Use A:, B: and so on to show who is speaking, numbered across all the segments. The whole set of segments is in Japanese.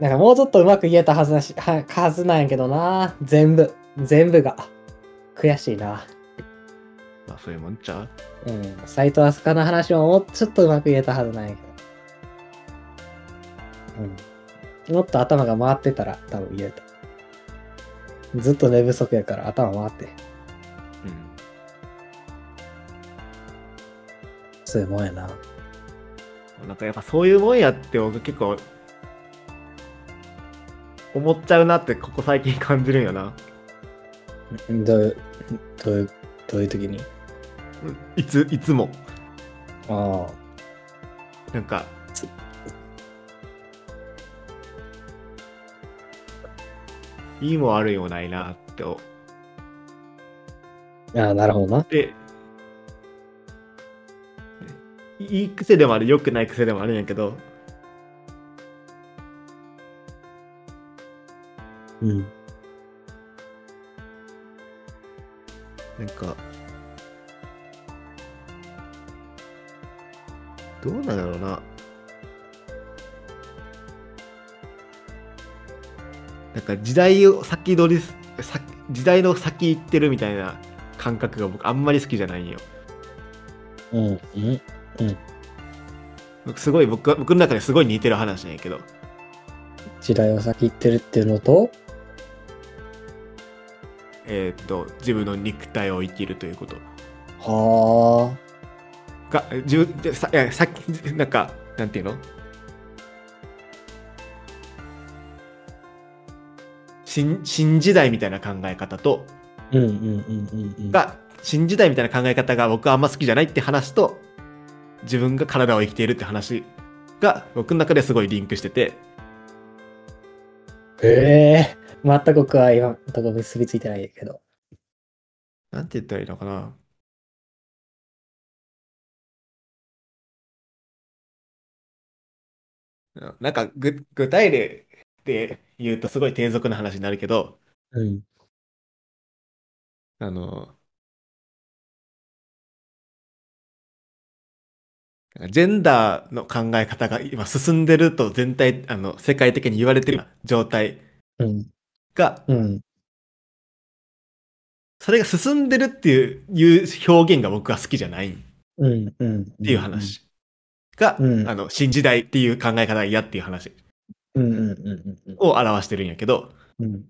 A: なんかもうちょっとうまく言えたはずなし、ははずなんやけどな。全部。全部が。悔しいな。
B: まあそういうもんちゃう
A: うん。斎藤飛鳥の話ももうちょっとうまく言えたはずなんやけど。うん。もっと頭が回ってたら多分言えた。ずっと寝不足やから頭回って。
B: うん。
A: そういうもんやな。
B: なんかやっぱそういうもんやって僕結構思っちゃうなってここ最近感じるんよな。
A: んどういう、どういう、どういう時に
B: うんいつ、いつも。
A: ああ。
B: なんか。いいも悪いもないなって思っ
A: ああ、なるほどな。
B: て。いい癖でもある、良くない癖でもあるんやけど、
A: うん。
B: なんか、どうなんだろうな。なんか時代を先取りす、先時代の先行ってるみたいな感覚が僕あんまり好きじゃないんよ。
A: うん。うん。
B: 僕すごい僕は、僕の中ですごい似てる話なんやけど、
A: 時代を先行ってるっていうのと、
B: えーっと、自分の肉体を生きるということ。
A: は
B: が、え自分でさ、いや、さっき、なんか、なんていうの新新時代みたいな考え方と、
A: あ。うんうんうんうんうん。
B: が、新時代みたいな考え方が僕はあんま好きじゃないって話と、自分が体を生きているって話が、僕の中ですごいリンクしてて、
A: ええ全く僕は今のところ結びついてないけど。
B: なんて言ったらいいのかな。ななんかぐ具体例で言うとすごい低俗な話になるけど、
A: うん。
B: あの、なんかジェンダーの考え方が今進んでると全体、あの、世界的に言われてる状態
A: うん。
B: が、
A: うん。
B: それが進んでるっていう、いう表現が僕は好きじゃないっ
A: うん。うん。って
B: いう。話が、
A: うん
B: あの、新時代っていう考え方が嫌っていう話
A: うんうんうんうん
B: を表してるんやけど、
A: うん。うん。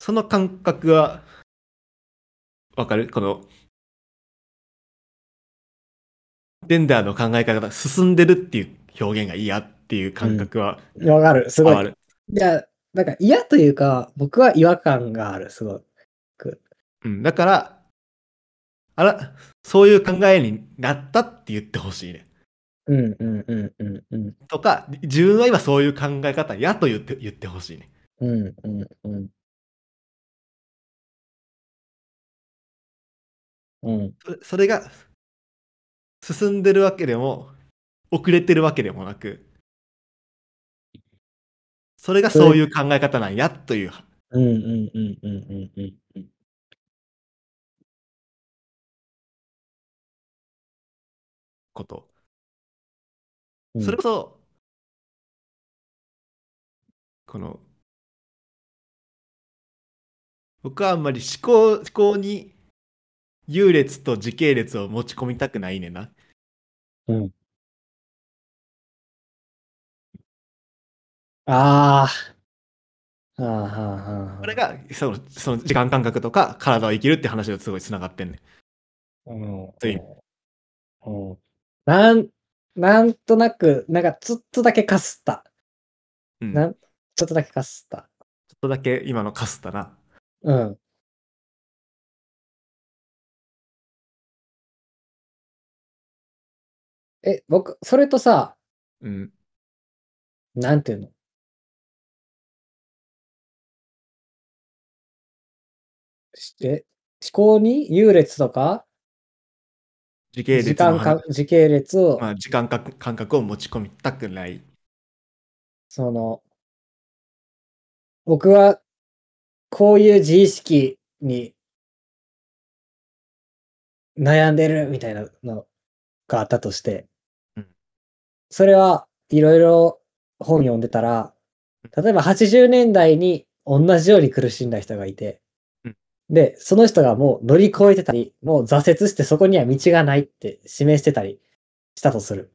B: その感覚は、わかるこの、ジェンダーの考え方が進んでるっていう表現が嫌っていう感覚は、
A: わかる。すご
B: あ
A: い。
B: る。
A: いや、なんか嫌というか、僕は違和感がある。すごい。
B: うん、だから、あら、そういう考えになったって言ってほしいね。
A: うんうんうんうんうん。
B: とか、自分は今そういう考え方やと言って、言ってほしいね。
A: うんうんうん。うん。
B: そそれが、進んでるわけでも、遅れてるわけでもなく、それがそういう考え方なんやという
A: うんうんうんうんうんうんうん。
B: こと。
A: うん
B: それこそ、この、僕はあんまり思考、思考に優劣と時系列を持ち込みたくないねんな。
A: ああ。ああ、はあ、はあ。
B: これ、が、その、その時間感覚とか体を生きるって話がすごい繋がってんねん。
A: うん。
B: という
A: うん。なん、なんとなく、なんかちょっとだけかすった。
B: うん。ち
A: な
B: ょっ
A: んちょっとだけかすった。
B: とだけ今のかすったな。
A: うん。え、僕、それとさ、
B: うん。
A: なんていうのしえ、思考に優劣とか、
B: 時系
A: 時
B: 列の
A: 間
B: 話
A: か、時系列を、
B: まあ、時間か感覚を持ち込みたくない。
A: その、僕は、こういう自意識に悩んでるみたいなのがあったとして
B: うん、
A: それはいろいろ本読んでたら、例えば80年代に同じように苦しんだ人がいて
B: うん、
A: で、その人がもう乗り越えてたり、もう挫折してそこには道がないって示してたりしたとする。っ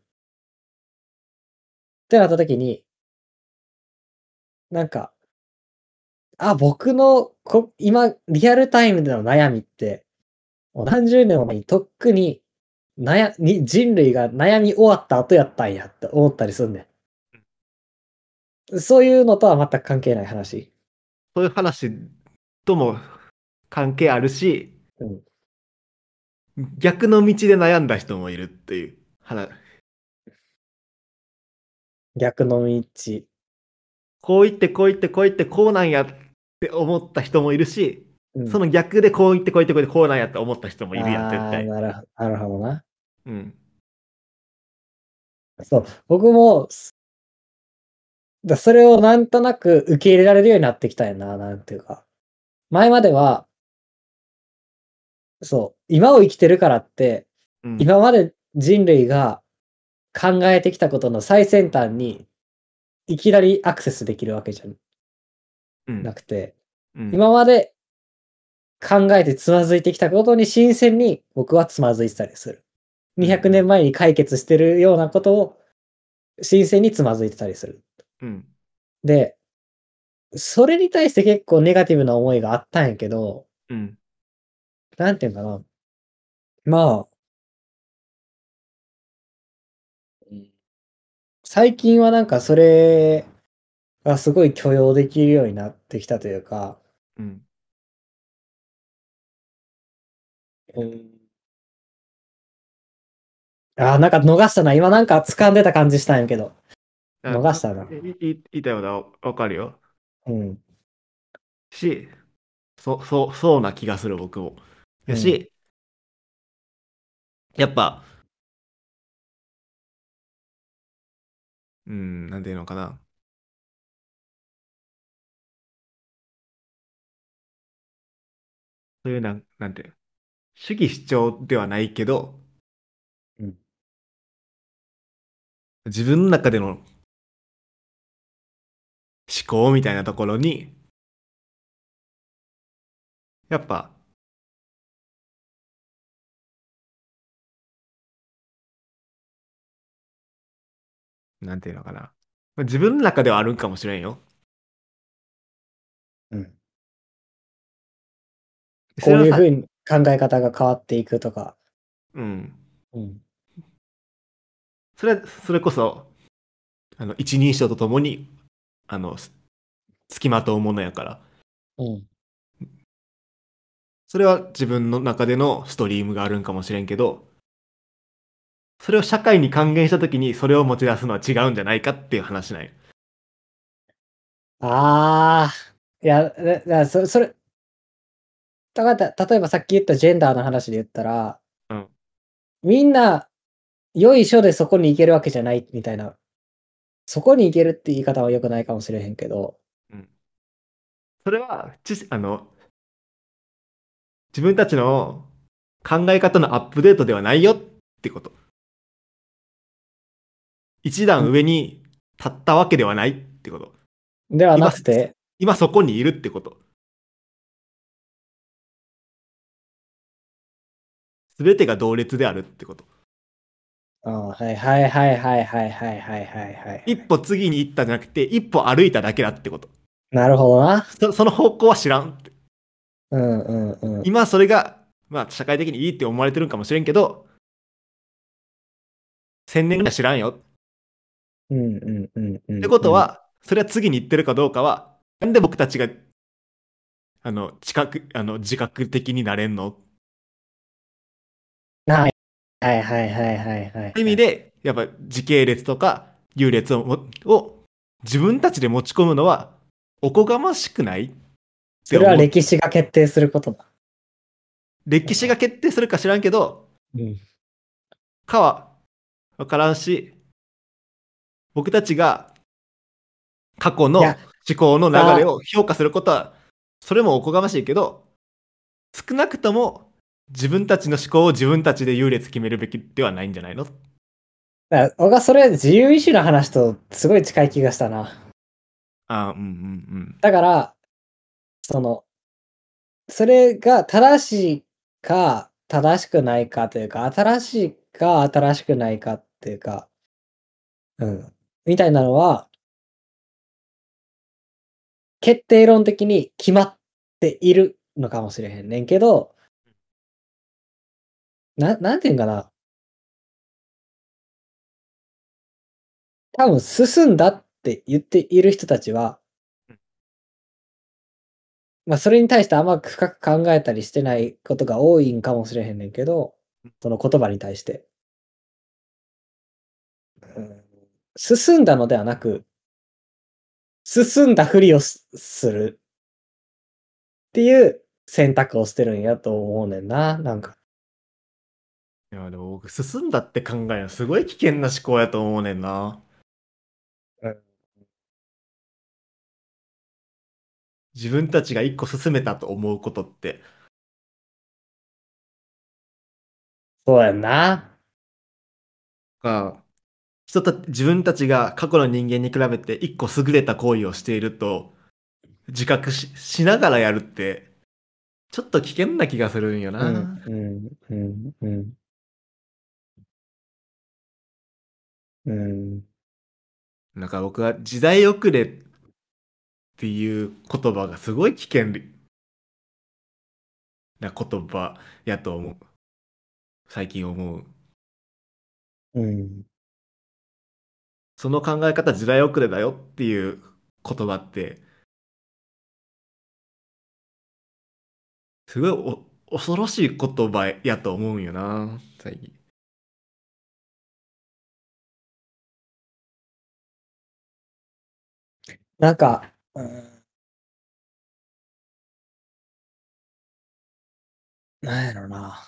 A: てなった時に、なんか、あ、僕のこ今、リアルタイムでの悩みって、もう何十年も前にとっくに悩に人類が悩み終わった後やったんやって思ったりすんねん。そういうのとは全く関係ない話。
B: そういう話とも関係あるし、
A: うん
B: 逆の道で悩んだ人もいるっていう話。
A: 逆の道。
B: こう言ってこう言ってこう言ってこうなんやって思った人もいるし、
A: うん、
B: その逆でこう言ってこう言ってこう言ってこうなんやって思った人もいるやん、絶
A: あー
B: 対。
A: なるなるほどな。
B: うん。
A: そう、僕も、すだそれをなんとなく受け入れられるようになってきたよな、なんていうか。前までは、そう、今を生きてるからって、
B: うん
A: 今まで人類が考えてきたことの最先端に、いきなりアクセスできるわけじゃ
B: うん
A: なくて、
B: うん
A: 今まで考えてつまずいてきたことに新鮮に僕はつまずいてたりする。200年前に解決してるようなことを新鮮につまずいてたりする。
B: うん
A: で、それに対して結構ネガティブな思いがあったんやけど、
B: うん
A: なんていうんかな。まあ、うん最近はなんかそれがすごい許容できるようになってきたというか、
B: うん
A: ああ、なんか逃したな。今なんか掴んでた感じしたんやけど。
B: あ
A: 逃したない
B: い言いたいことはわかるよ。
A: うん。
B: し、そ、そう、そうな気がする、僕も。やし、やっぱ、うん、なんていうのかな。そういうなん、なんていうの、主義主張ではないけど、
A: うん
B: 自分の中での思考みたいなところに、やっぱ、なんていうのかな。まあ自分の中ではあるんかもしれんよ。
A: うんこういうふうに考え方が変わっていくとか。
B: うん。
A: うん。
B: それは、それこそ、あの、一人称とともに、あの、す付きまとうものやから。
A: うん。
B: それは自分の中でのストリームがあるんかもしれんけど、それを社会に還元したときにそれを持ち出すのは違うんじゃないかっていう話なんよ。
A: ああ。いや、だだそそれ、だから例えばさっき言ったジェンダーの話で言ったら、
B: うん
A: みんな、よいしょでそこに行けるわけじゃないみたいな。そこに行けるって言い方は良くないかもしれへんけど。
B: それは、知あの、自分たちの考え方のアップデートではないよってこと。一段上に立ったわけではないってこと。
A: ではなくて、
B: 今そこにいるってこと。すべてが同列であるってこと。
A: うんはいはいはいはいはいはいはいはいはい。
B: 一歩次に行ったんじゃなくて、一歩歩いただけだってこと。
A: なるほどな。
B: そその方向は知らんって。
A: うんうんうん。
B: 今それが、まあ社会的にいいって思われてるんかもしれんけど、千年ぐらい知らんよ。
A: うんうんうんうん。っ
B: ってこと、は、それは次に行ってるかどうかは、なんで僕たちが、あの、近く、あの、自覚的になれんの
A: はいはいはいはいはいはい。
B: って意味で、やっぱ時系列とか優劣をもを自分たちで持ち込むのはおこがましくないって
A: そ
B: 思
A: れ
B: う
A: は歴史が決定することだ。
B: 歴史が決定するか知らんけど、
A: うん。
B: かはわからんし、僕たちが過去の
A: い
B: 思
A: や
B: 考の流れを評価することは、それもおこがましいけど、少なくとも自分たちの思考を自分たちで優劣決めるべきではないんじゃないの
A: だから僕はそれ自由意志の話とすごい近い気がしたな。
B: あーうんうんうん。
A: だから、その、それが正しいか正しくないかというか、新しいか新しくないかっていうか、うん、みたいなのは、決定論的に決まっているのかもしれへんねんけど、な、なんていうんかな。多分、進んだって言っている人たちは、まあ、それに対してあんま深く考えたりしてないことが多いんかもしれへんねんけど、その言葉に対して。うん進んだのではなく、進んだふりをすするっていう選択をしてるんやと思うねんな、なんか。
B: いや、でも僕、進んだって考えはすごい危険な思考やと思うねんな。
A: うん
B: 自分たちが一個進めたと思うことって、
A: そうやんな。
B: が人た自分たちが過去の人間に比べて一個優れた行為をしていると自覚ししながらやるってちょっと危険な気がするんよ
A: う
B: な。
A: ん、うん、うん、うん。うん、
B: なんか僕は時代遅れっていう言葉がすごい危険な言葉やと思う。最近思う。
A: うん、
B: その考え方時代遅れだよっていう言葉って、すごいお恐ろしい言葉やと思うんよな、最近。
A: なんか、うん、なんやろな。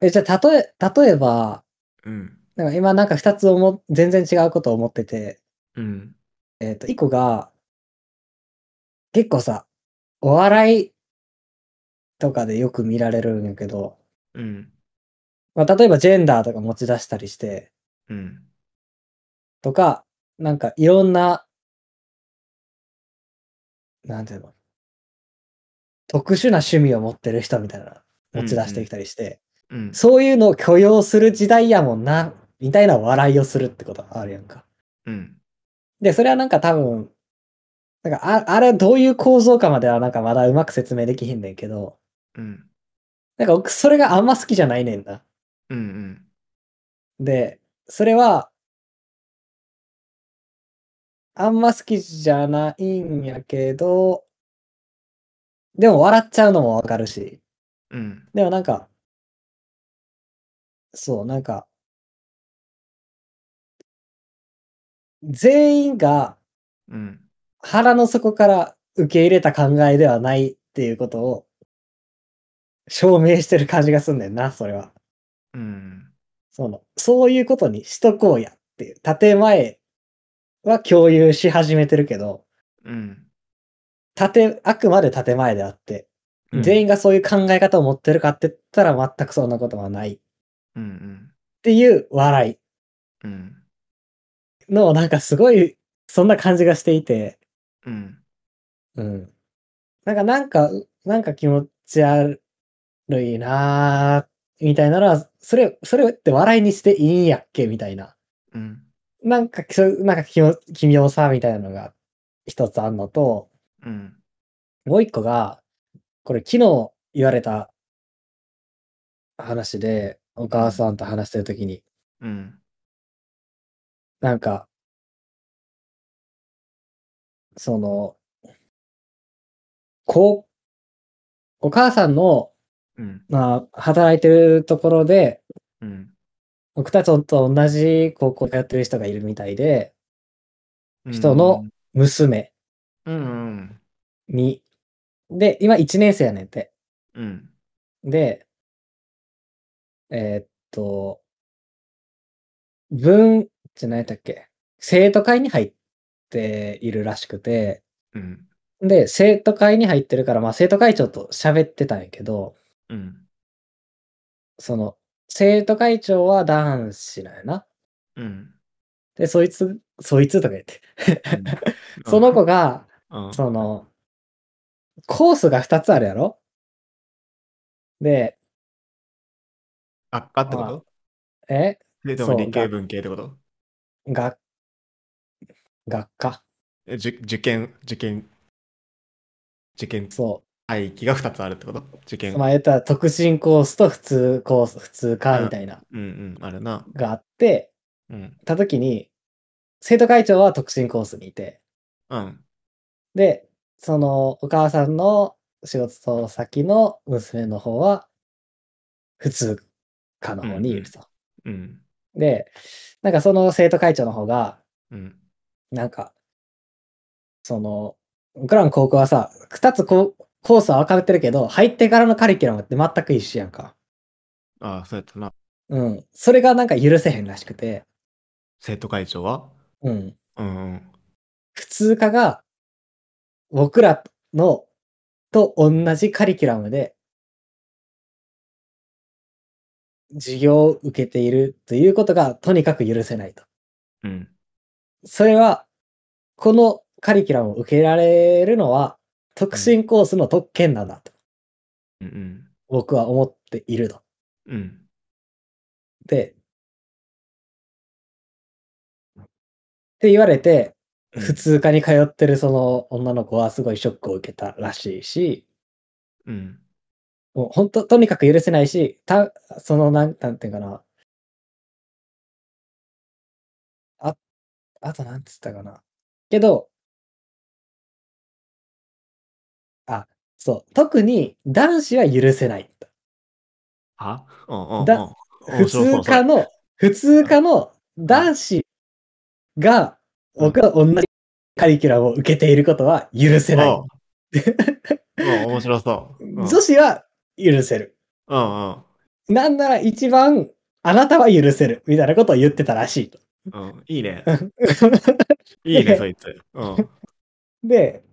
A: え、じゃあ、例え、例えば、
B: うん。
A: なんか今なんか二つ思っ、全然違うことを思ってて、
B: うん。
A: えっ、と、一個が、結構さ、お笑いとかでよく見られるんやけど、
B: うん。
A: まあ、例えばジェンダーとか持ち出したりして、
B: うん。
A: とか、なんかいろんな、なんていうの、特殊な趣味を持ってる人みたいな、持ち出してきたりして、
B: うん。
A: そういうのを許容する時代やもんな、みたいな笑いをするってことあるやんか。
B: うん。
A: で、それはなんか多分、なんかあ、あれどういう構造かまではなんかまだうまく説明できひんねんけど、
B: うん。
A: なんか僕それがあんま好きじゃないねんな。
B: うん。
A: で、それは、あんま好きじゃないんやけど、でも笑っちゃうのもわかるし、
B: うん。
A: でもなんか、そう、なんか、全員が
B: うん。
A: 腹の底から受け入れた考えではないっていうことを証明してる感じがすんねんな、それは。
B: うん。
A: その、そういうことにしとこうやっていう、建前は共有し始めてるけど、
B: うん。
A: 建、あくまで建前であって、全員がそういう考え方を持ってるかって言ったら全くそんなことはないっ
B: うん。うん。
A: ていう笑
B: うん。
A: いの、なんかすごい、そんな感じがしていて、
B: うん。
A: うん。なんか、なんか、なんか気持ち悪いなーみたいなのは、それ、それって笑いにしていいんやっけみたいな。
B: うん。
A: なんか、そういうなんか奇妙、奇妙さみたいなのが一つあんのと、
B: うん。
A: もう一個が、これ昨日言われた話で、お母さんと話してるときに、
B: うん。
A: なんか、その、こう、お母さんの、
B: うん。
A: まあ、働いてるところで、
B: うん。
A: 僕たちと同じ高校通ってる人がいるみたいで、人の。娘
B: うん。
A: に、で、今1年生やねんて。
B: うん。
A: で、えーっと、文、じゃないだっけ、生徒会に入っているらしくて、
B: うん。
A: で、生徒会に入ってるから、まあ生徒会長と喋ってたんやけど、
B: うん。
A: その、生徒会長は男子なんやな。
B: うん。
A: で、そいつ、そいつとか言って。
B: うん
A: その子が、
B: うん。
A: その、コースが2つあるやろで、
B: 学科ってこと
A: え
B: それと
A: そ
B: も
A: う
B: 理系文系ってこと
A: 学、学科
B: えじゅ受験、受験、受験
A: そ
B: 帯域が2つあるってこと受
A: う。
B: 験。
A: まあ言ったら特進コースと普通コース、普通科みたいな、
B: うんうん、あるな。
A: があって、
B: うん。
A: た時に、生徒会長は特進コースにいて、
B: うん。
A: で、そのお母さんの仕事先の娘の方は、普通科の方にいると。
B: うん。
A: で、なんかその生徒会長の方が、
B: うん。
A: なんか、その、僕らの高校はさ、2つココースは分かれてるけど、入ってからのカリキュラムって全く一緒やんか。
B: ああ、そうやったな。
A: うん。それがなんか許せへんらしくて、
B: 生徒会長は
A: うん。
B: うんうん。
A: 普通科が、僕らの、と同じカリキュラムで、授業を受けているということが、とにかく許せないと。
B: うん。
A: それは、このカリキュラムを受けられるのは、特進コースの特権なんだと。
B: うん
A: 僕は思っていると。
B: うん。うん。
A: で、って言われて、
B: うん
A: 普通科に通ってるその女の子はすごいショックを受けたらしいし、
B: うん。
A: もう本当、とにかく許せないし、た、その、なん、なんていうかな。あ、あとなんつったかな。けど、あ、そう、特に男子は許せない。
B: はうんうんうん。
A: だ
B: 面
A: 普
B: 白そう
A: 通科の、普通科の男子が、
B: うん
A: 僕は同じカリキュラムを受けていることは許せない。
B: うんうん面白そう。うんうん
A: 女子は許せる。
B: うん
A: なんなら一番、あなたは許せる。みたいなことを言ってたらしいと。
B: うん。いいね。い いね、そいつ。うん。
A: で、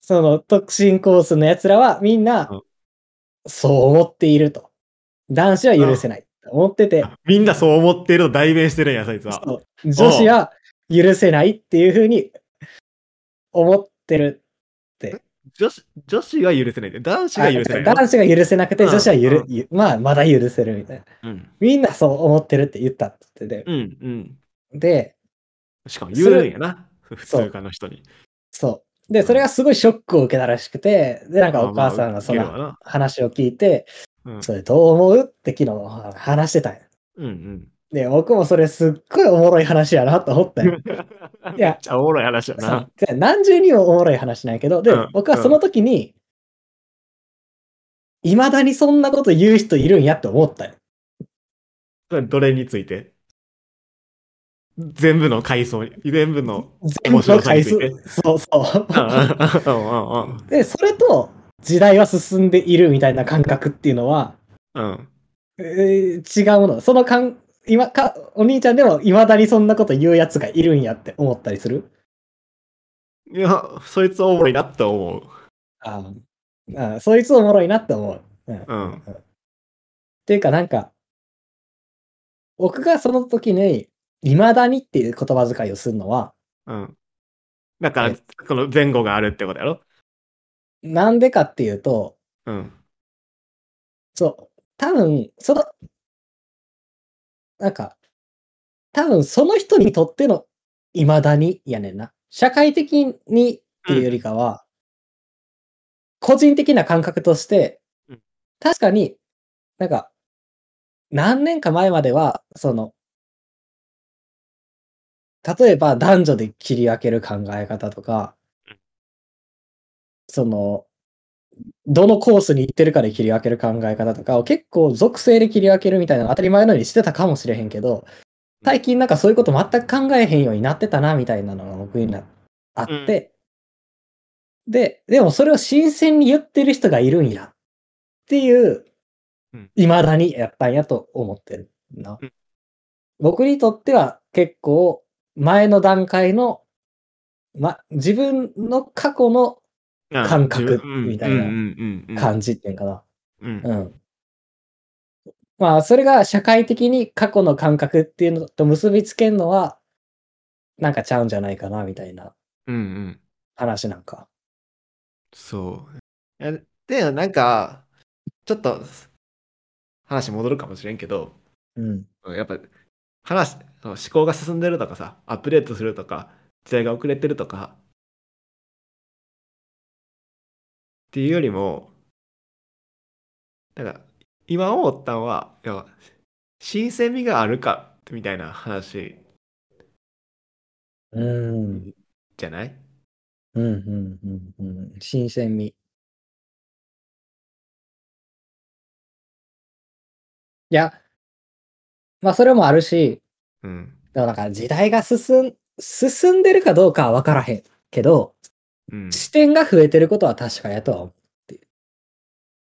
A: その特進コースの奴らはみんな
B: うん、
A: そう思っていると。男子は許せない。思ってて、
B: みんなそう思ってると代弁してるんや、そいつは。
A: そう女子は許せないっていうふうに思ってる
B: 女子、女子が許せないで、男子が許せない
A: あ
B: の。
A: 男子が許せなくて、
B: うん
A: 女子は許、
B: う
A: ゆまあ、まだ許せるみたいな。
B: うん。
A: みんなそう思ってるって言ったって言ってて
B: うん、うん。
A: で、
B: しかも言うんやな。普通科の人に。
A: そう。で、それがすごいショックを受けたらしくて、で、なんかお母さんがそ
B: まあま
A: の
B: あ
A: 話を聞いて、
B: 受けるわな
A: それどう思うって昨日話してたんよ
B: うん、うん、
A: で、僕もそれすっごいおもろい話やなと思った
B: うん
A: よ。 いや
B: めっちゃおもろい話や
A: そ
B: な
A: う。で何重にもおもろい話なんやけど、で
B: うん、
A: 僕はその時に、いまだにそんなこと言う人いるんやって思ったよ。
B: それどれについて全部の階層に、全部の。
A: 全部の回数
B: 面白さに。
A: そうそう。
B: うんうんうんうん
A: で、それと、時代は進んでいるみたいな感覚っていうのは、
B: うん。
A: えー違うもの。その感、今か、お兄ちゃんでも未だにそんなこと言うやつがいるんやって思ったりする
B: いや、そいつおもろいなって思う。
A: ああ、そいつおもろいなって思う。うん。っ
B: うん。
A: ていうかなんか、僕がその時に、未だにっていう言葉遣いをするのは、
B: うん。だか
A: え
B: ら、この前後があるってことやろ
A: なんでかっていうと、
B: うん。
A: そう、多分、その、なんか、多分その人にとっての、いまだにやねんな。社会的にっていうよりかは、個人的な感覚として
B: うん、
A: 確かに、なんか、何年か前までは、その、例えば男女で切り分ける考え方とか
B: うん、
A: その、どのコースに行ってるかで切り分ける考え方とかを結構属性で切り分けるみたいなのが当たり前のようにしてたかもしれへんけど、最近なんかそういうこと全く考えへんようになってたなみたいなのが僕になあって、で、でもそれを新鮮に言ってる人がいるんやっていう
B: うん、
A: 未だにやったんやと思ってるな。
B: うん
A: 僕にとっては結構前の段階の、ま、自分の過去の
B: うん
A: 感覚
B: 自分うん
A: みたいな
B: うんうんうんうん
A: 感じっていうのかな。
B: うん
A: うん。まあ、それが社会的に過去の感覚っていうのと結びつけるのは、なんかちゃうんじゃないかな、みたいな
B: うんうん。
A: 話なんか。
B: そう。いやで、なんか、ちょっと、話戻るかもしれんけど、
A: うん。
B: やっぱ、話、思考が進んでるとかさ、アップデートするとか、時代が遅れてるとか、っていうよりも、なんか、今思ったのは、いや新鮮味があるか、みたいな話
A: うん。
B: じゃない
A: うん、うん、うん、うん。新鮮味。いや、まあ、それもあるし、
B: うん。
A: でもなんか時代が進ん、進んでるかどうかは分からへんけど、
B: うん。
A: 視点が増えてることは確かやとは思うっていう。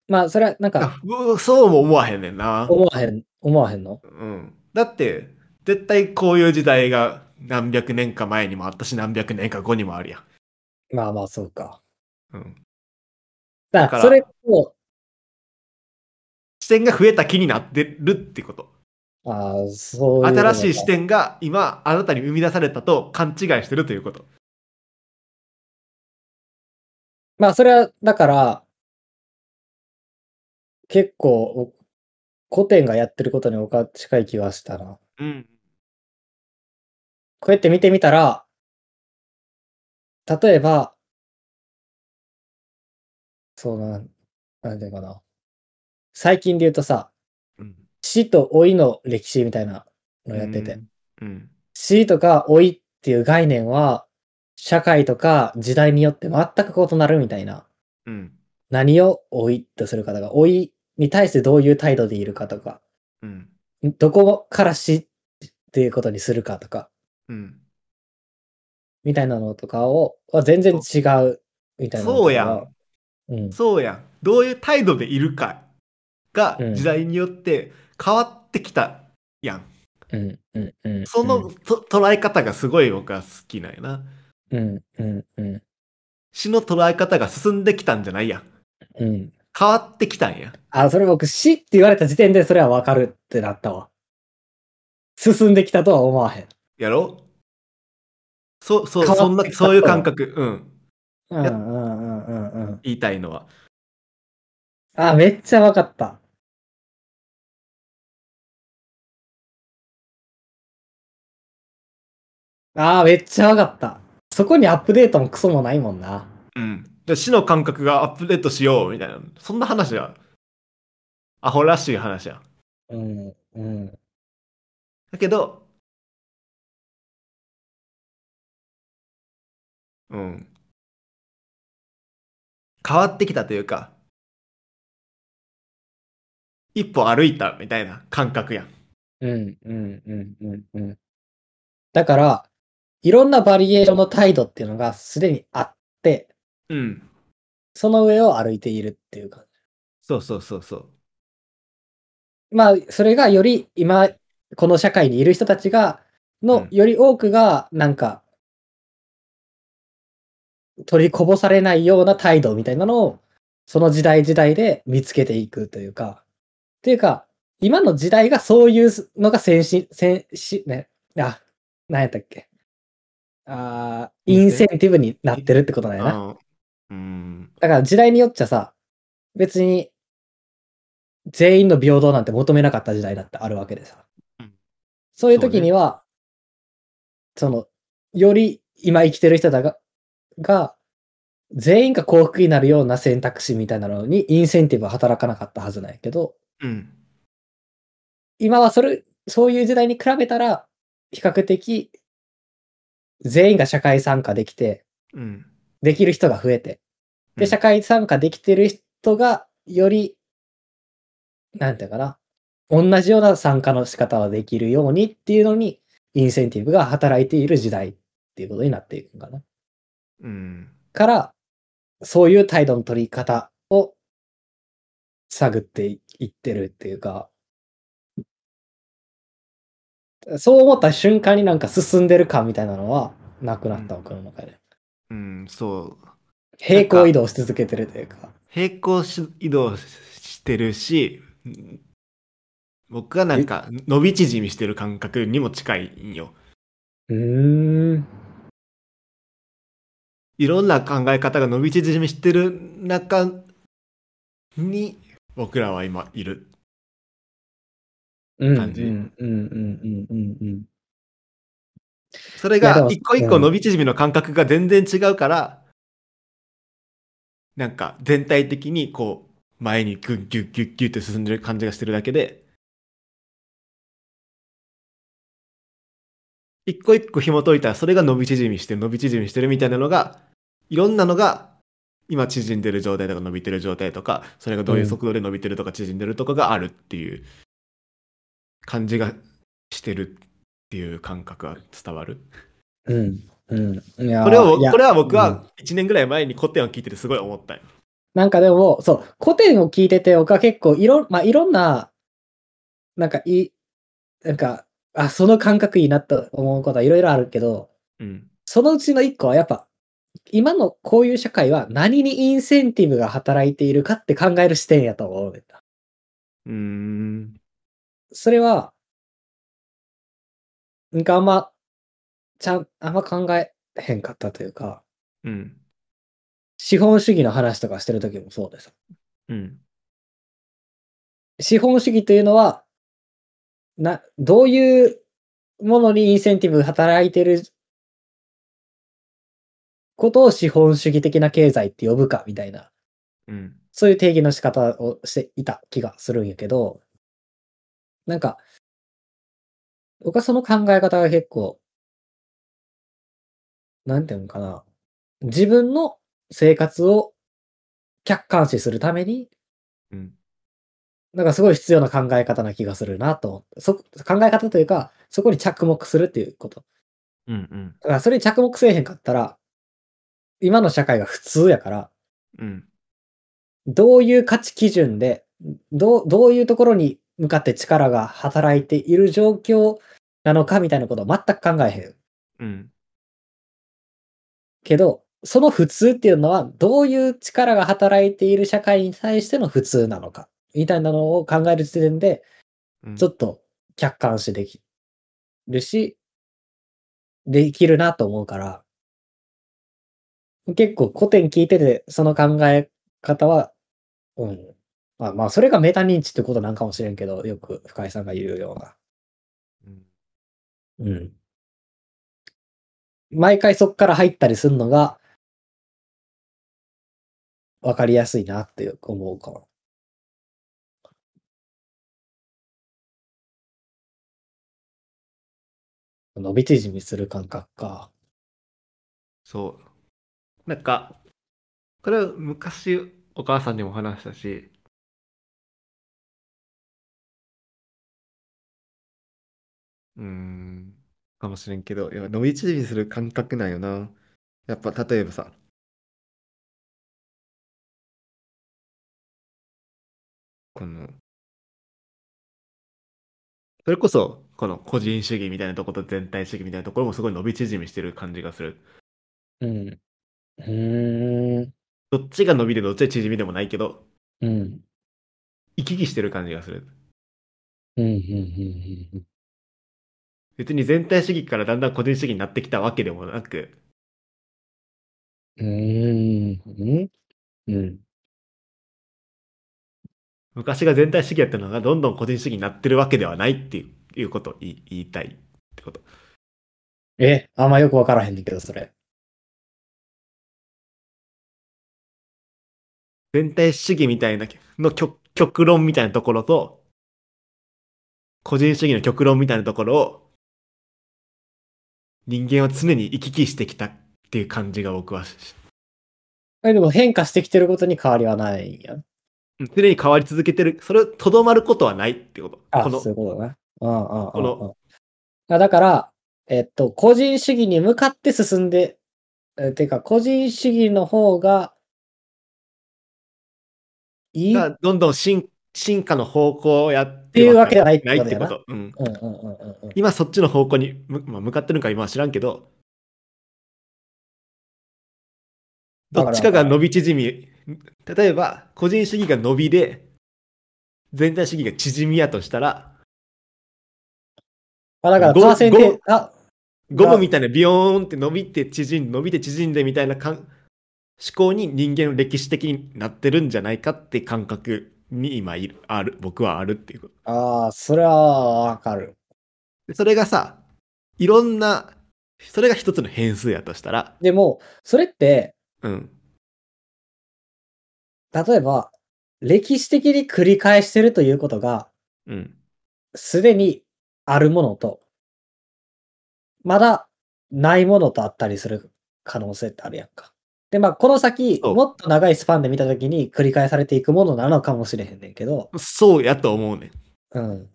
A: まあ、それはなんか、
B: あうそうも思わへんねんな。
A: 思わへん、思わへんの
B: うん、だって絶対こういう時代が何百年か前にもあったし何百年か後にもあるや
A: まあまあ、そうか。
B: ん、うん、
A: だ
B: だ
A: か、
B: からら
A: それを、
B: 視点が増えた気になってるってこと
A: ああ、そういうのが。
B: 新しい視点が今あなたに生み出されたと勘違いしてるということ
A: まあ、それは、だから、結構、お古典がやってることにおか近い気はしたな。
B: うん
A: こうやって見てみたら、例えば、そうな、なんていうのかな。最近で言うとさ、
B: うん
A: 死と老いの歴史みたいなのやってて、
B: うん
A: 死とか老いっていう概念は、社会とか時代によって全く異なるみたいな。
B: うん
A: 何を老いとするかとか、老いに対してどういう態度でいるかとか、
B: うん
A: どこから死っていうことにするかとか、
B: うん
A: みたいなのとかを、は全然違うみたいなのとか
B: そうやん
A: うん。
B: そうやんどういう態度でいるかが
A: うん
B: 時代によって変わってきたやん
A: うん。うん。うん。
B: そのと捉え方がすごい僕は好きなんやな
A: うん。うん。うん。
B: 死の捉え方が進んできたんじゃないやん
A: うん。
B: 変わってきたんや。
A: あ、それ僕、死って言われた時点でそれはわかるってなったわ。進んできたとは思わへん。
B: やろそう、そう、
A: 変わってきた
B: そんな、そういう感覚。うん。
A: うんうんうんうんうん。
B: 言いたいのは。
A: あ、めっちゃわかった。あー、めっちゃわかった。そこにアップデートもクソもないもんな。
B: うん。で死の感覚がアップデートしよう、みたいな。そんな話や。アホらしい話や。
A: うん。うん。
B: だけど、うん。変わってきたというか、一歩歩いたみたいな感覚やん。
A: うんうんうんうんうん。だから、いろんなバリエーションの態度っていうのがすでにあって、
B: うん。
A: その上を歩いているっていう感
B: そうそうそうそう。
A: じ。まあ、それがより今、この社会にいる人たちが、
B: う
A: の
B: ん
A: より多くが、なんか、取りこぼされないような態度みたいなのを、その時代時代で見つけていくというか、っていうか、今の時代がそういうのが先進、先進、ね、あ、何やったっけ。あーインセンティブになってるってことだよな。
B: あーうん。
A: だから時代によっちゃさ、別に、全員の平等なんて求めなかった時代だってあるわけでさ
B: うん。
A: そういう時には、そ,、の、より今生きてる人だが、が、全員が幸福になるような選択肢みたいなのにインセンティブは働かなかったはずなんやけど、
B: うん。
A: 今はそれ、そういう時代に比べたら、比較的、全員が社会参加できて、
B: うん。
A: できる人が増えて、
B: う
A: で、
B: ん
A: 社会参加できてる人が、より、なんていうかな、同じような参加の仕方はできるようにっていうのに、インセンティブが働いている時代っていうことになっていくのかな。
B: うん。
A: から、そういう態度の取り方を探っていってるっていうか、そう思った瞬間になんか進んでる感みたいなのはなくなった、
B: うん
A: 僕の中で。
B: うん、そう。
A: 平行移動し続けてるというか。
B: 平行し移動ししてるし、僕はなんか、伸び縮みしてる感覚にも近いんよ。
A: うーん。
B: いろんな考え方が伸び縮みしてる中に、僕らは今いる。
A: うん。
B: 感じ
A: うんうんうんうんうんうん。
B: それ
A: いやで
B: が
A: も
B: 一個一
A: う
B: 個
A: ん
B: 伸び縮みの感覚が全然違うから、なんか全体的にこう前にギュッギュッギュッギュッって進んでる感じがしてるだけで、一個一個紐解いたらそれが伸び縮みしてる伸び縮みしてるみたいなのが、いろんなのが今縮んでる状態とか伸びてる状態とか、それがどういう速度で伸びてるとか縮んでるとかがあるっていう感じがしてるっていう感覚は伝わる。
A: うん。うん。いやー
B: これを
A: いや
B: これは僕
A: うん
B: は1年ぐらい前に古典を聞いててすごい思ったよ。
A: なんかでも、そう、古典を聞いてて、僕は結構いろ、まあ、いろんな、なんかい、なんか、あ、その感覚いいなと思うことはいろいろあるけど、
B: うん。
A: そのうちの一個はやっぱ、今のこういう社会は何にインセンティブが働いているかって考える視点やと思うねんな。
B: うーん。
A: それは、なんかあんま、ちゃん、あんま考えへんかったというか、
B: うん。
A: 資本主義の話とかしてる時もそうでさ。
B: うん。
A: 資本主義というのは、な、どういうものにインセンティブが働いてることを資本主義的な経済って呼ぶかみたいな、
B: うん。
A: そういう定義の仕方をしていた気がするんやけど、なんか、僕はその考え方が結構、なんていうのかな、自分の生活を客観視するために
B: うん。
A: なんかすごい必要な考え方な気がするなと思って。そ、考え方というか、そこに着目するっていうこと。
B: うん。うん。
A: だからそれに着目せえへんかったら、今の社会が普通やから、
B: うん。
A: どういう価値基準で、どう、どういうところに向かって力が働いている状況なのかみたいなことを全く考えへん。
B: うん。
A: けど、その普通っていうのは、どういう力が働いている社会に対しての普通なのか、みたいなのを考える時点で、
B: うん
A: ちょっと客観視できるし、できるなと思うから、結構古典聞いてて、その考え方は、うん。まあまあ、それがメタ認知ってことなんかもしれんけど、よく深井さんが言うような。
B: うん
A: うん。毎回そっから入ったりするのが、わかりやすいなって思うかな。伸び縮みする感覚か。
B: そう。なんか、これは昔お母さんにも話したし、うーん、かもしれんけど、いや伸び縮みする感覚なんよな。やっぱ例えばさ、この、それこそ、この個人主義みたいなとこと全体主義みたいなところもすごい伸び縮みしてる感じがする。
A: うん。うーん。
B: どっちが伸びでどっちが縮みでもないけど、
A: うん。
B: 行き来してる感じがする。
A: うん。うん。うん
B: 別に全体主義からだんだん個人主義になってきたわけでもなく、
A: うん。うん。うん。うん。
B: 昔が全体主義やったのがどんどん個人主義になってるわけではないっていういうことを言い言いたいってこと。
A: え、あんまよくわからへんねんけど、それ。
B: 全体主義みたいなの極極論みたいなところと、個人主義の極論みたいなところを、人間は常に行き来してきたっていう感じが僕はし、
A: え、でも変化してきてることに変わりはないんや。
B: 常に変わり続けてる、それをとどまることはないってこと。
A: あ、
B: この
A: そういうことね。うんうんうんうん
B: この
A: あだから、えっと、個人主義に向かって進んで、えてか、個人主義の方が、いい
B: がどんどん進進化の方向をやって
A: っていうわけではないって
B: ない
A: こと
B: って
A: や
B: こ
A: な
B: と、うん、
A: うんうんうんうんうん。
B: 今そっちの方向に、むまあ、向かってるんか今は知らんけどどっちかが伸び縮み例えば個人主義が伸びで全体主義が縮みやとしたら
A: あ、だから
B: ご
A: パーセンテー
B: ご
A: ジ、あ、
B: ゴムみたいなビヨーンって伸びて縮んで伸びて縮んでみたいなかん思考に人間の歴史的になってるんじゃないかって感覚に今いるある僕はあるっていうこと
A: ああ、それはわかる。
B: でそれがさいろんなそれが一つの変数やとしたら
A: でも、それって、
B: うん
A: 例えば、歴史的に繰り返してるということが、
B: うん
A: すでにあるものと、まだないものとあったりする可能性ってあるやんか。で、まあ、この先、
B: そう
A: もっと長いスパンで見たときに繰り返されていくものなのかもしれへんねんけど、
B: そうやと思うねん
A: うん。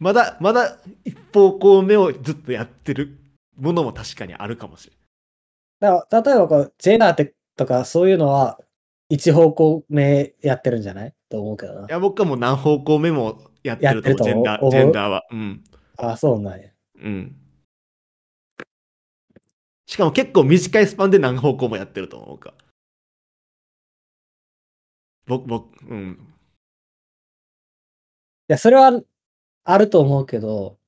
B: まだまだ一方向目をずっとやってるものも確かにあるかもしれない。
A: だから例えばこう、ジェナーテとかそういうのは、一方向目やってるんじゃないと思うけどない
B: や僕はもう何方向目もやってると思う
A: やってると思う思う
B: ジェンダージェンダーはうん
A: あ、そうなんや。
B: うん。しかも結構短いスパンで何方向もやってると思うか。僕、僕、うん。
A: いや、それはあると思うけど、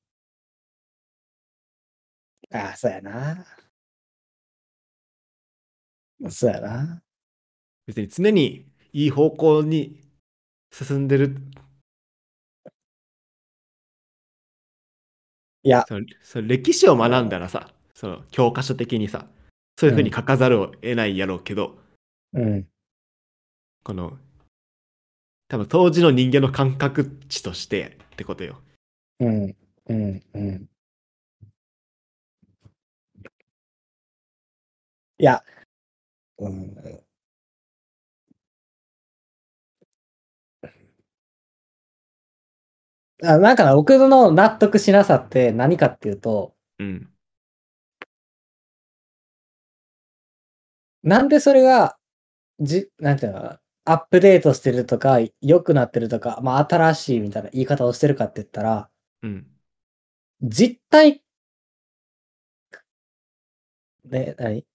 A: ああ、そうやな。そうやな。
B: 別に常にいい方向に進んでる。
A: いや
B: そのその歴史を学んだらさ、その教科書的にさ、そういうふうに書かざるを得ないやろうけど、
A: うん。
B: この、多分当時の人間の感覚値としてってことよ。
A: うん。うん。うん。いや、うん。あなんかな僕の納得しなさって何かっていうと、
B: うん。
A: なんでそれが、じ、なんていうのかな、アップデートしてるとか、良くなってるとか、まあ新しいみたいな言い方をしてるかって言ったら、
B: うん。
A: 実体、ね、何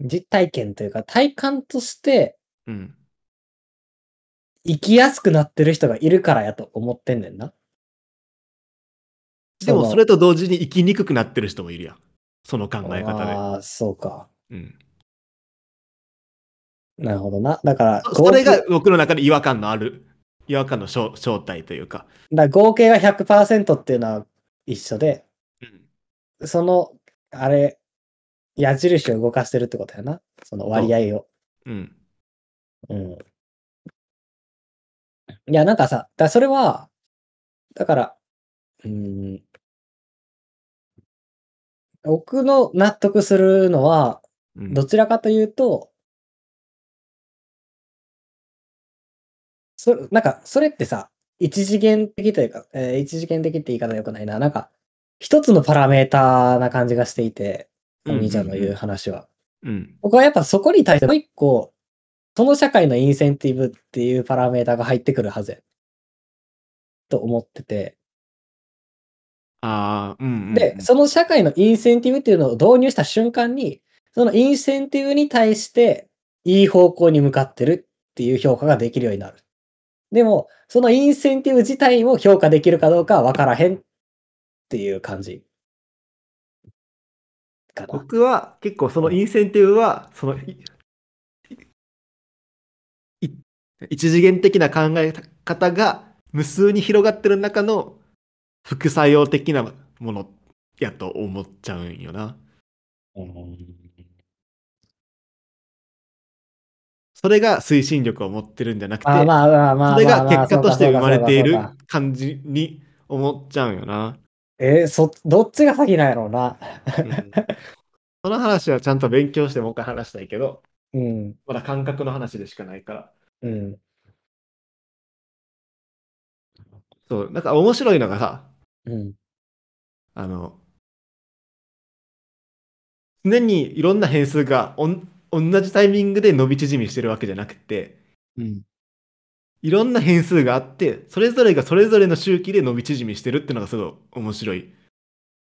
A: 実体験というか、体感として
B: うん。
A: 生きやすくなってる人がいるからやと思ってんねんな。
B: でも
A: の
B: それと同時に生きにくくなってる人もいるやん。その考え方
A: ああ、そうか。
B: で。うん、
A: なるほどな。だから、
B: そそれ
A: 合
B: が
A: 計
B: 僕の中で違和感のある、違和感の正正体というか。
A: だから合計が100%っていうのは一緒で、
B: うん
A: その、あれ、矢印を動かしてるってことやな。その割合を。
B: うん。
A: うん。いや、なんかさ、だからそれは、だから、うーん。僕の納得するのは、
B: うん
A: どちらかというと、そなんか、それってさ、一次元的というか、えー一次元的って言い方よくないな。なんか、一つのパラメーターな感じがしていて、お兄ちゃんの言う話は。
B: うん。
A: 僕はやっぱそこに対してもう一個、その社会のインセンティブっていうパラメータが入ってくるはずやと思ってて。
B: ああ、うんうんうん。
A: で、その社会のインセンティブっていうのを導入した瞬間に、そのインセンティブに対していい方向に向かってるっていう評価ができるようになる。でも、そのインセンティブ自体も評価できるかどうかは分からへんっていう感じ。かな。
B: 僕は結構そのインセンティブは、その、いい一次元的な考え方が無数に広がってる中の副作用的なものやと思っちゃうんよな。それが推進力を持ってるんじゃなくて、
A: あまあまあまあまあまあ。
B: それが結果として
A: そう
B: 生
A: か
B: まれてい
A: そ
B: る
A: うかそうか
B: 感じに思っちゃうんよな。
A: えーそ、どっちが先なんやろうな。
B: うん その話はちゃんと勉強してもう一回話したいけど、
A: うん、
B: まだ感覚の話でしかないから。
A: うん、
B: そう、なんか面白いのがさ、
A: うん、
B: あの、常にいろんな変数がおん同じタイミングで伸び縮みしてるわけじゃなくて、
A: うん。
B: いろんな変数があって、それぞれがそれぞれの周期で伸び縮みしてるってのがすごい面白い。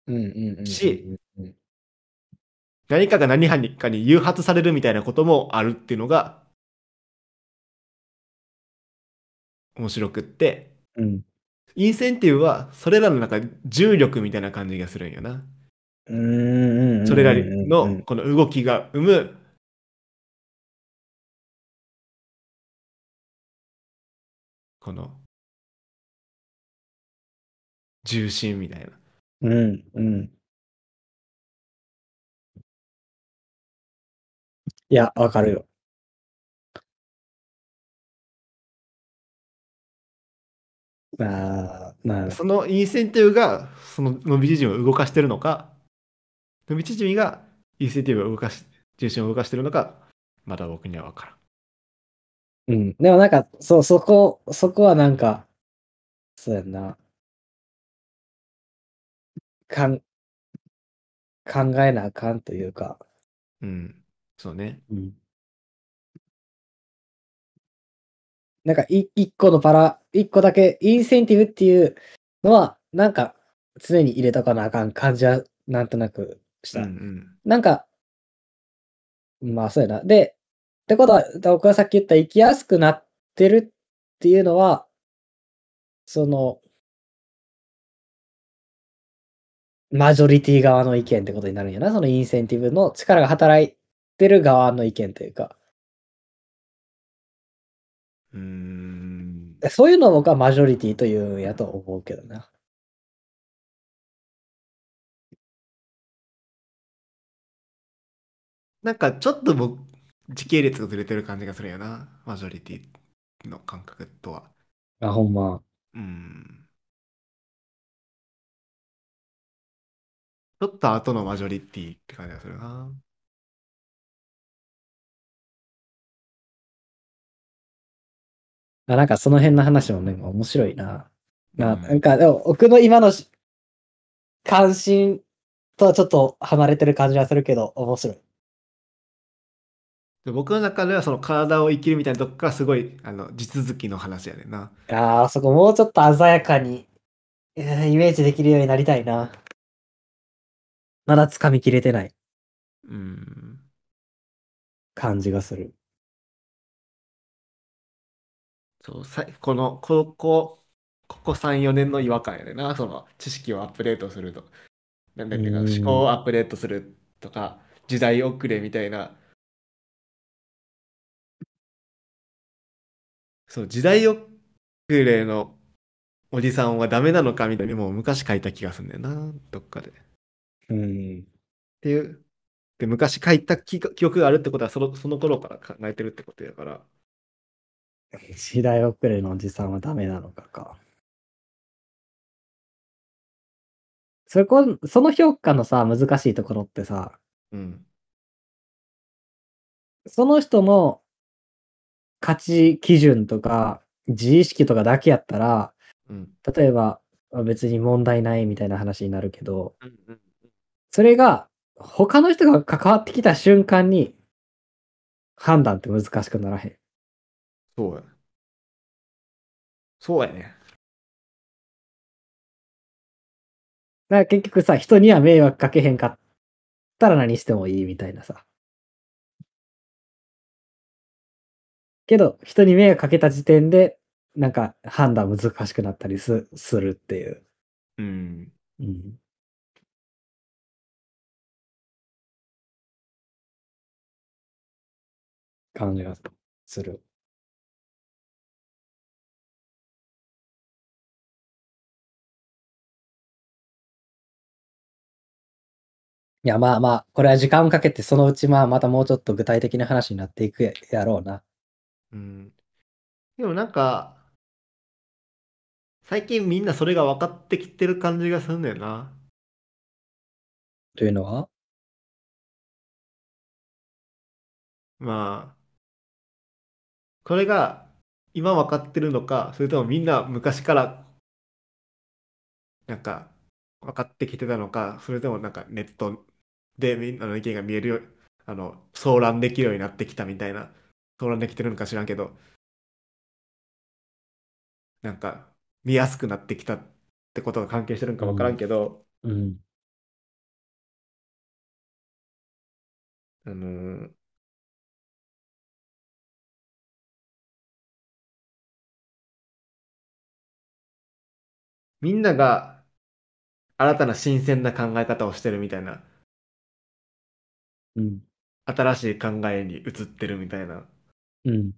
A: うん、うん、うん。
B: し何かが何かに誘発されるみたいなこともあるっていうのが面白くって
A: うん、
B: インセンティブは、それらの中、重力みたいな感じがするんよな。
A: うーん。
B: それら
A: う
B: の
A: ん
B: この動きが生むこの重心みたいな。
A: うん、うん。いや、わかるよ。まあ、まあ、
B: そのインセンティブがその伸び縮みを動かしてるのか伸び縮みがインセンティブを動かし重心を動かしてるのかまだ僕には分からん。
A: うん。でもなんか、そう、そこ、そこはなんか、そうやんな。かん、考えなあかんというか。
B: うん。そうね。
A: なんかい、一個のパラ、一個だけ、インセンティブっていうのは、なんか、常に入れとかなあかん感じは、なんとなくした。
B: うんうん。
A: なんか、まあ、そうやな。で、ってことは、僕がさっき言った、生きやすくなってるっていうのは、その、マジョリティ側の意見ってことになるんやな。そのインセンティブの力が働いてる側の意見というか。
B: うーん。
A: そういうのを僕はマジョリティというんやと思うけどな。
B: なんかちょっと僕時系列がずれてる感じがするよなマジョリティの感覚とは
A: あ、ほんま。
B: うんちょっと後のマジョリティって感じがするな
A: あなんかその辺の話もね、面白いな。な
B: うん
A: なんか、でも僕の今のし関心とはちょっと離れてる感じはするけど、面白い。
B: で僕の中ではその体を生きるみたいなとこからすごいあの地続きの話やねんな
A: あーそこもうちょっと鮮やかに、えーイメージできるようになりたいな。まだ掴みきれてない
B: うん
A: 感じがする。
B: そうさいこのここここ34年の違和感やねんなその知識をアップデートするとなんだっけな
A: うん
B: 思考をアップデートするとか時代遅れみたいなそう時代遅れのおじさんはダメなのかみたいなもう昔書いた気がすんだよなどっかで。っ
A: うん。
B: ていうで昔書いた記記憶があるってことはそのその頃から考えてるってことやから。
A: 時代遅れのおじさんはダメなのかか。そこ、その評価のさ、難しいところってさ、
B: うん
A: その人の価値基準とか、自意識とかだけやったら、
B: うん
A: 例えばあ別に問題ないみたいな話になるけど、
B: うんうん
A: それが他の人が関わってきた瞬間に判断って難しくならへん。
B: そうや。そうやね。
A: だから結局さ、人には迷惑かけへんかったら何してもいいみたいなさ。けど、人に迷惑かけた時点で、なんか判断難しくなったりすするっていう。
B: うん。
A: うん。感じがする。いや、まあまあ、これは時間をかけて、そのうちまあ、またもうちょっと具体的な話になっていくやろうな。
B: うん。でもなんか、最近みんなそれが分かってきてる感じがするんだよな。
A: というのは
B: まあ、これが今分かってるのか、それともみんな昔から、なんか、分かってきてたのか、それともなんかネットでみんなの意見が見えるよう、あの、騒乱できるようになってきたみたいな、騒乱できてるのか知らんけど、なんか、見やすくなってきたってことが関係してるのか分からんけど、
A: うん。
B: あのーみんなが新たな新鮮な考え方をしてるみたいな、
A: うん。
B: 新しい考えに移ってるみたいな、
A: うん。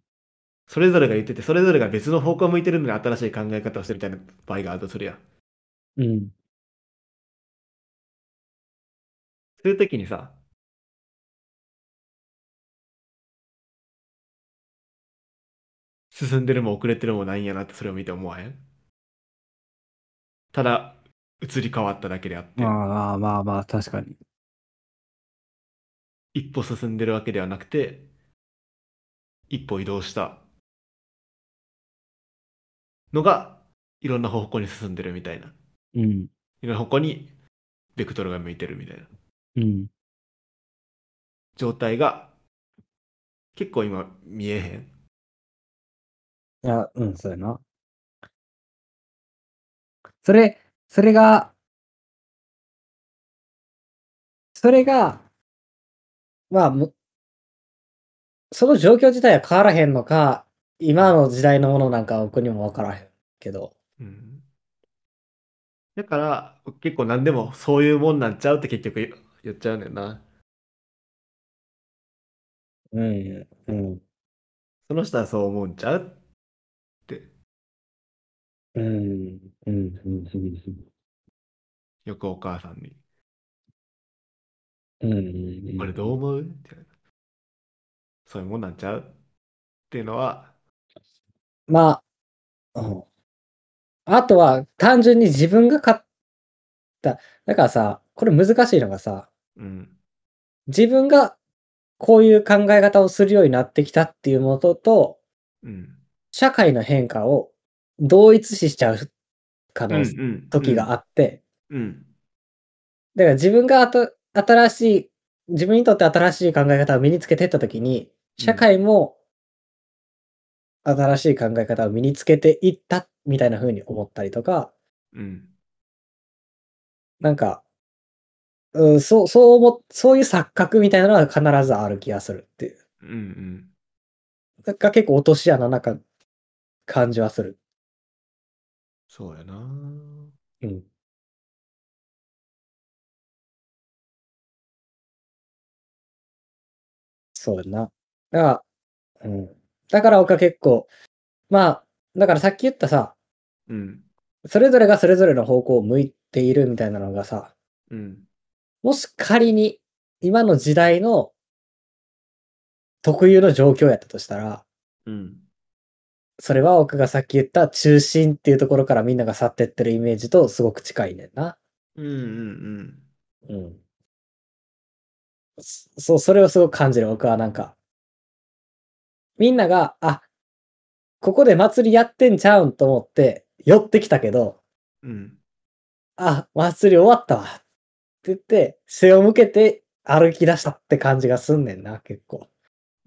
B: それぞれが言ってて、それぞれが別の方向を向いてるのに新しい考え方をしてるみたいな場合があるとするやん。
A: うん。
B: そういう時にさ、進んでるも遅れてるもないんやなってそれを見て思わへんただ、移り変わっただけであって、
A: まあまあまあ、確かに。
B: 一歩進んでるわけではなくて、一歩移動したのが、いろんな方向に進んでるみたいな。
A: うん。
B: いろんな方向に、ベクトルが向いてるみたいな
A: うん。
B: 状態が、結構今見えへん。
A: いや、うん、そうやな。それ、それが、それが、まあ、もその状況自体は変わらへんのか、今の時代のものなんかは僕にもわからへんけど。
B: うんだから、結構何でもそういうもんなんちゃうって結局言言っちゃうねんな。
A: うん、うん、
B: その人はそう思うんちゃうって
A: うん、うん、うん、うん、
B: よくお母さんに。
A: うん、うん
B: これどう思うって言われたそういうもんなんちゃうっていうのは、
A: まあ、うん。あとは、単純に自分が買った。だからさ、これ難しいのがさ、
B: うん、
A: 自分がこういう考え方をするようになってきたっていうもとと、
B: うん。
A: 社会の変化を同一視しちゃう可
B: うん
A: 能、
B: うん
A: 時があって、
B: うん、
A: だから自分があと新しい、自分にとって新しい考え方を身につけていった時に、社会も新しい考え方を身につけていったみたいな風に思ったりとか、
B: うん、
A: なんか、うん、そう、そう思っ、そういう錯覚みたいなのは必ずある気がするっていう。
B: うん、うん。
A: が結構落とし穴なか感じはする。
B: そうやな。
A: うん。そうやな。だから、うん。だから僕は結構、まあ、だからさっき言ったさ、
B: うん、
A: それぞれがそれぞれの方向を向いているみたいなのがさ、
B: うん、
A: もし仮に今の時代の特有の状況やったとしたら、
B: うん、
A: それは僕がさっき言った中心っていうところからみんなが去ってってるイメージとすごく近いねんな。
B: うん、うん、うん。
A: うん。そそう、それをすごく感じる。僕はなんか、みんなが、あ、ここで祭りやってんちゃうんと思って寄ってきたけど、
B: うん
A: あ、祭り終わったわって言って、背を向けて歩き出したって感じがすんねんな、結構。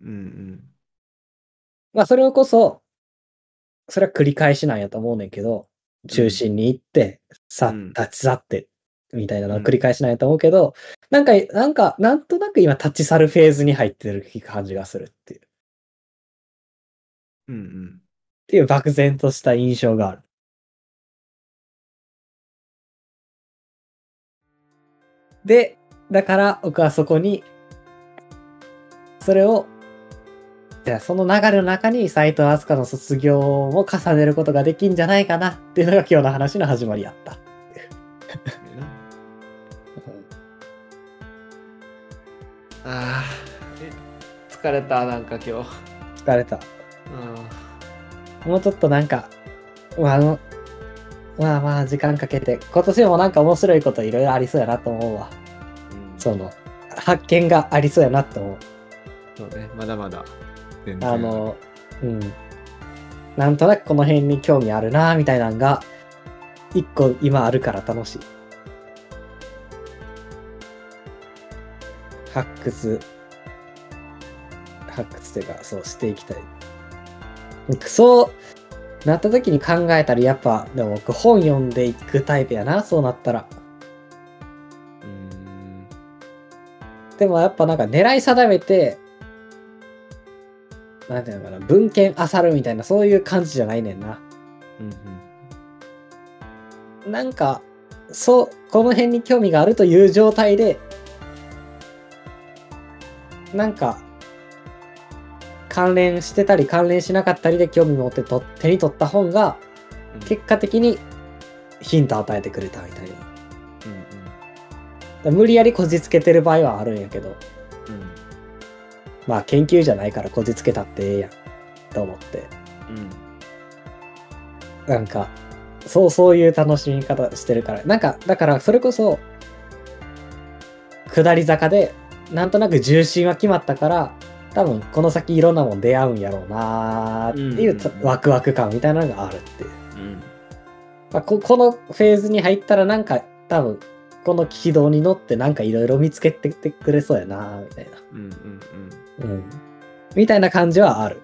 B: うん
A: まあ、それをこそ、それは繰り返しなんやと思うねんけど、中心に行って、さ、
B: うん
A: 立ち去って、みたいなのは繰り返しなんやと思うけど、なんか、なんか、なんとなく今立ち去るフェーズに入ってる感じがするっていう、っ
B: うん、うん、
A: ていう漠然とした印象がある。で、だから僕はそこに、それを、じゃあその流れの中に斎藤飛鳥の卒業も重ねることができんじゃないかなっていうのが今日の話の始まりやった。
B: うん。あーえ疲れたなんか今日
A: 疲れた。
B: う
A: もうちょっとなんか、まあ、あの、まあまあ時間かけて、今年もなんか面白いこといろいろありそうやなと思うわ。
B: ん、うん、
A: その、発見がありそうやなと思う。
B: そうねまだまだ全然
A: あの、うん。なんとなくこの辺に興味あるなみたいなのが、一個今あるから楽しい。発掘、発掘というか、そうしていきたい。そうなった時に考えたら、やっぱ、でも僕本読んでいくタイプやな、そうなったら。
B: うーん
A: でもやっぱなんか狙い定めて、なんていうのかな、文献漁るみたいな、そういう感じじゃないねんな。
B: うんうん
A: なんか、そう、この辺に興味があるという状態で、なんか、関連してたり関連しなかったりで興味持ってと手に取った本が、
B: うん
A: 結果的にヒント与えてくれたみたいな。だか
B: うんうん
A: ら無理やりこじつけてる場合はあるんやけど、
B: うん
A: まあ研究じゃないからこじつけたってええやん、と思って。
B: うん
A: なんか、そう、そういう楽しみ方してるから。なんか、だから、それこそ、下り坂で、なんとなく重心は決まったから、多分、この先いろんなもん出会うんやろうなーっていう
B: うんうんうん
A: ワクワク感みたいなのがあるっていう。
B: うん
A: まあ、ここのフェーズに入ったら、なんか、多分、この軌道に乗って、なんかいろいろ見つけてってくれそうやなーみたいな。
B: うんうんうん
A: うん。みたいな感じはある。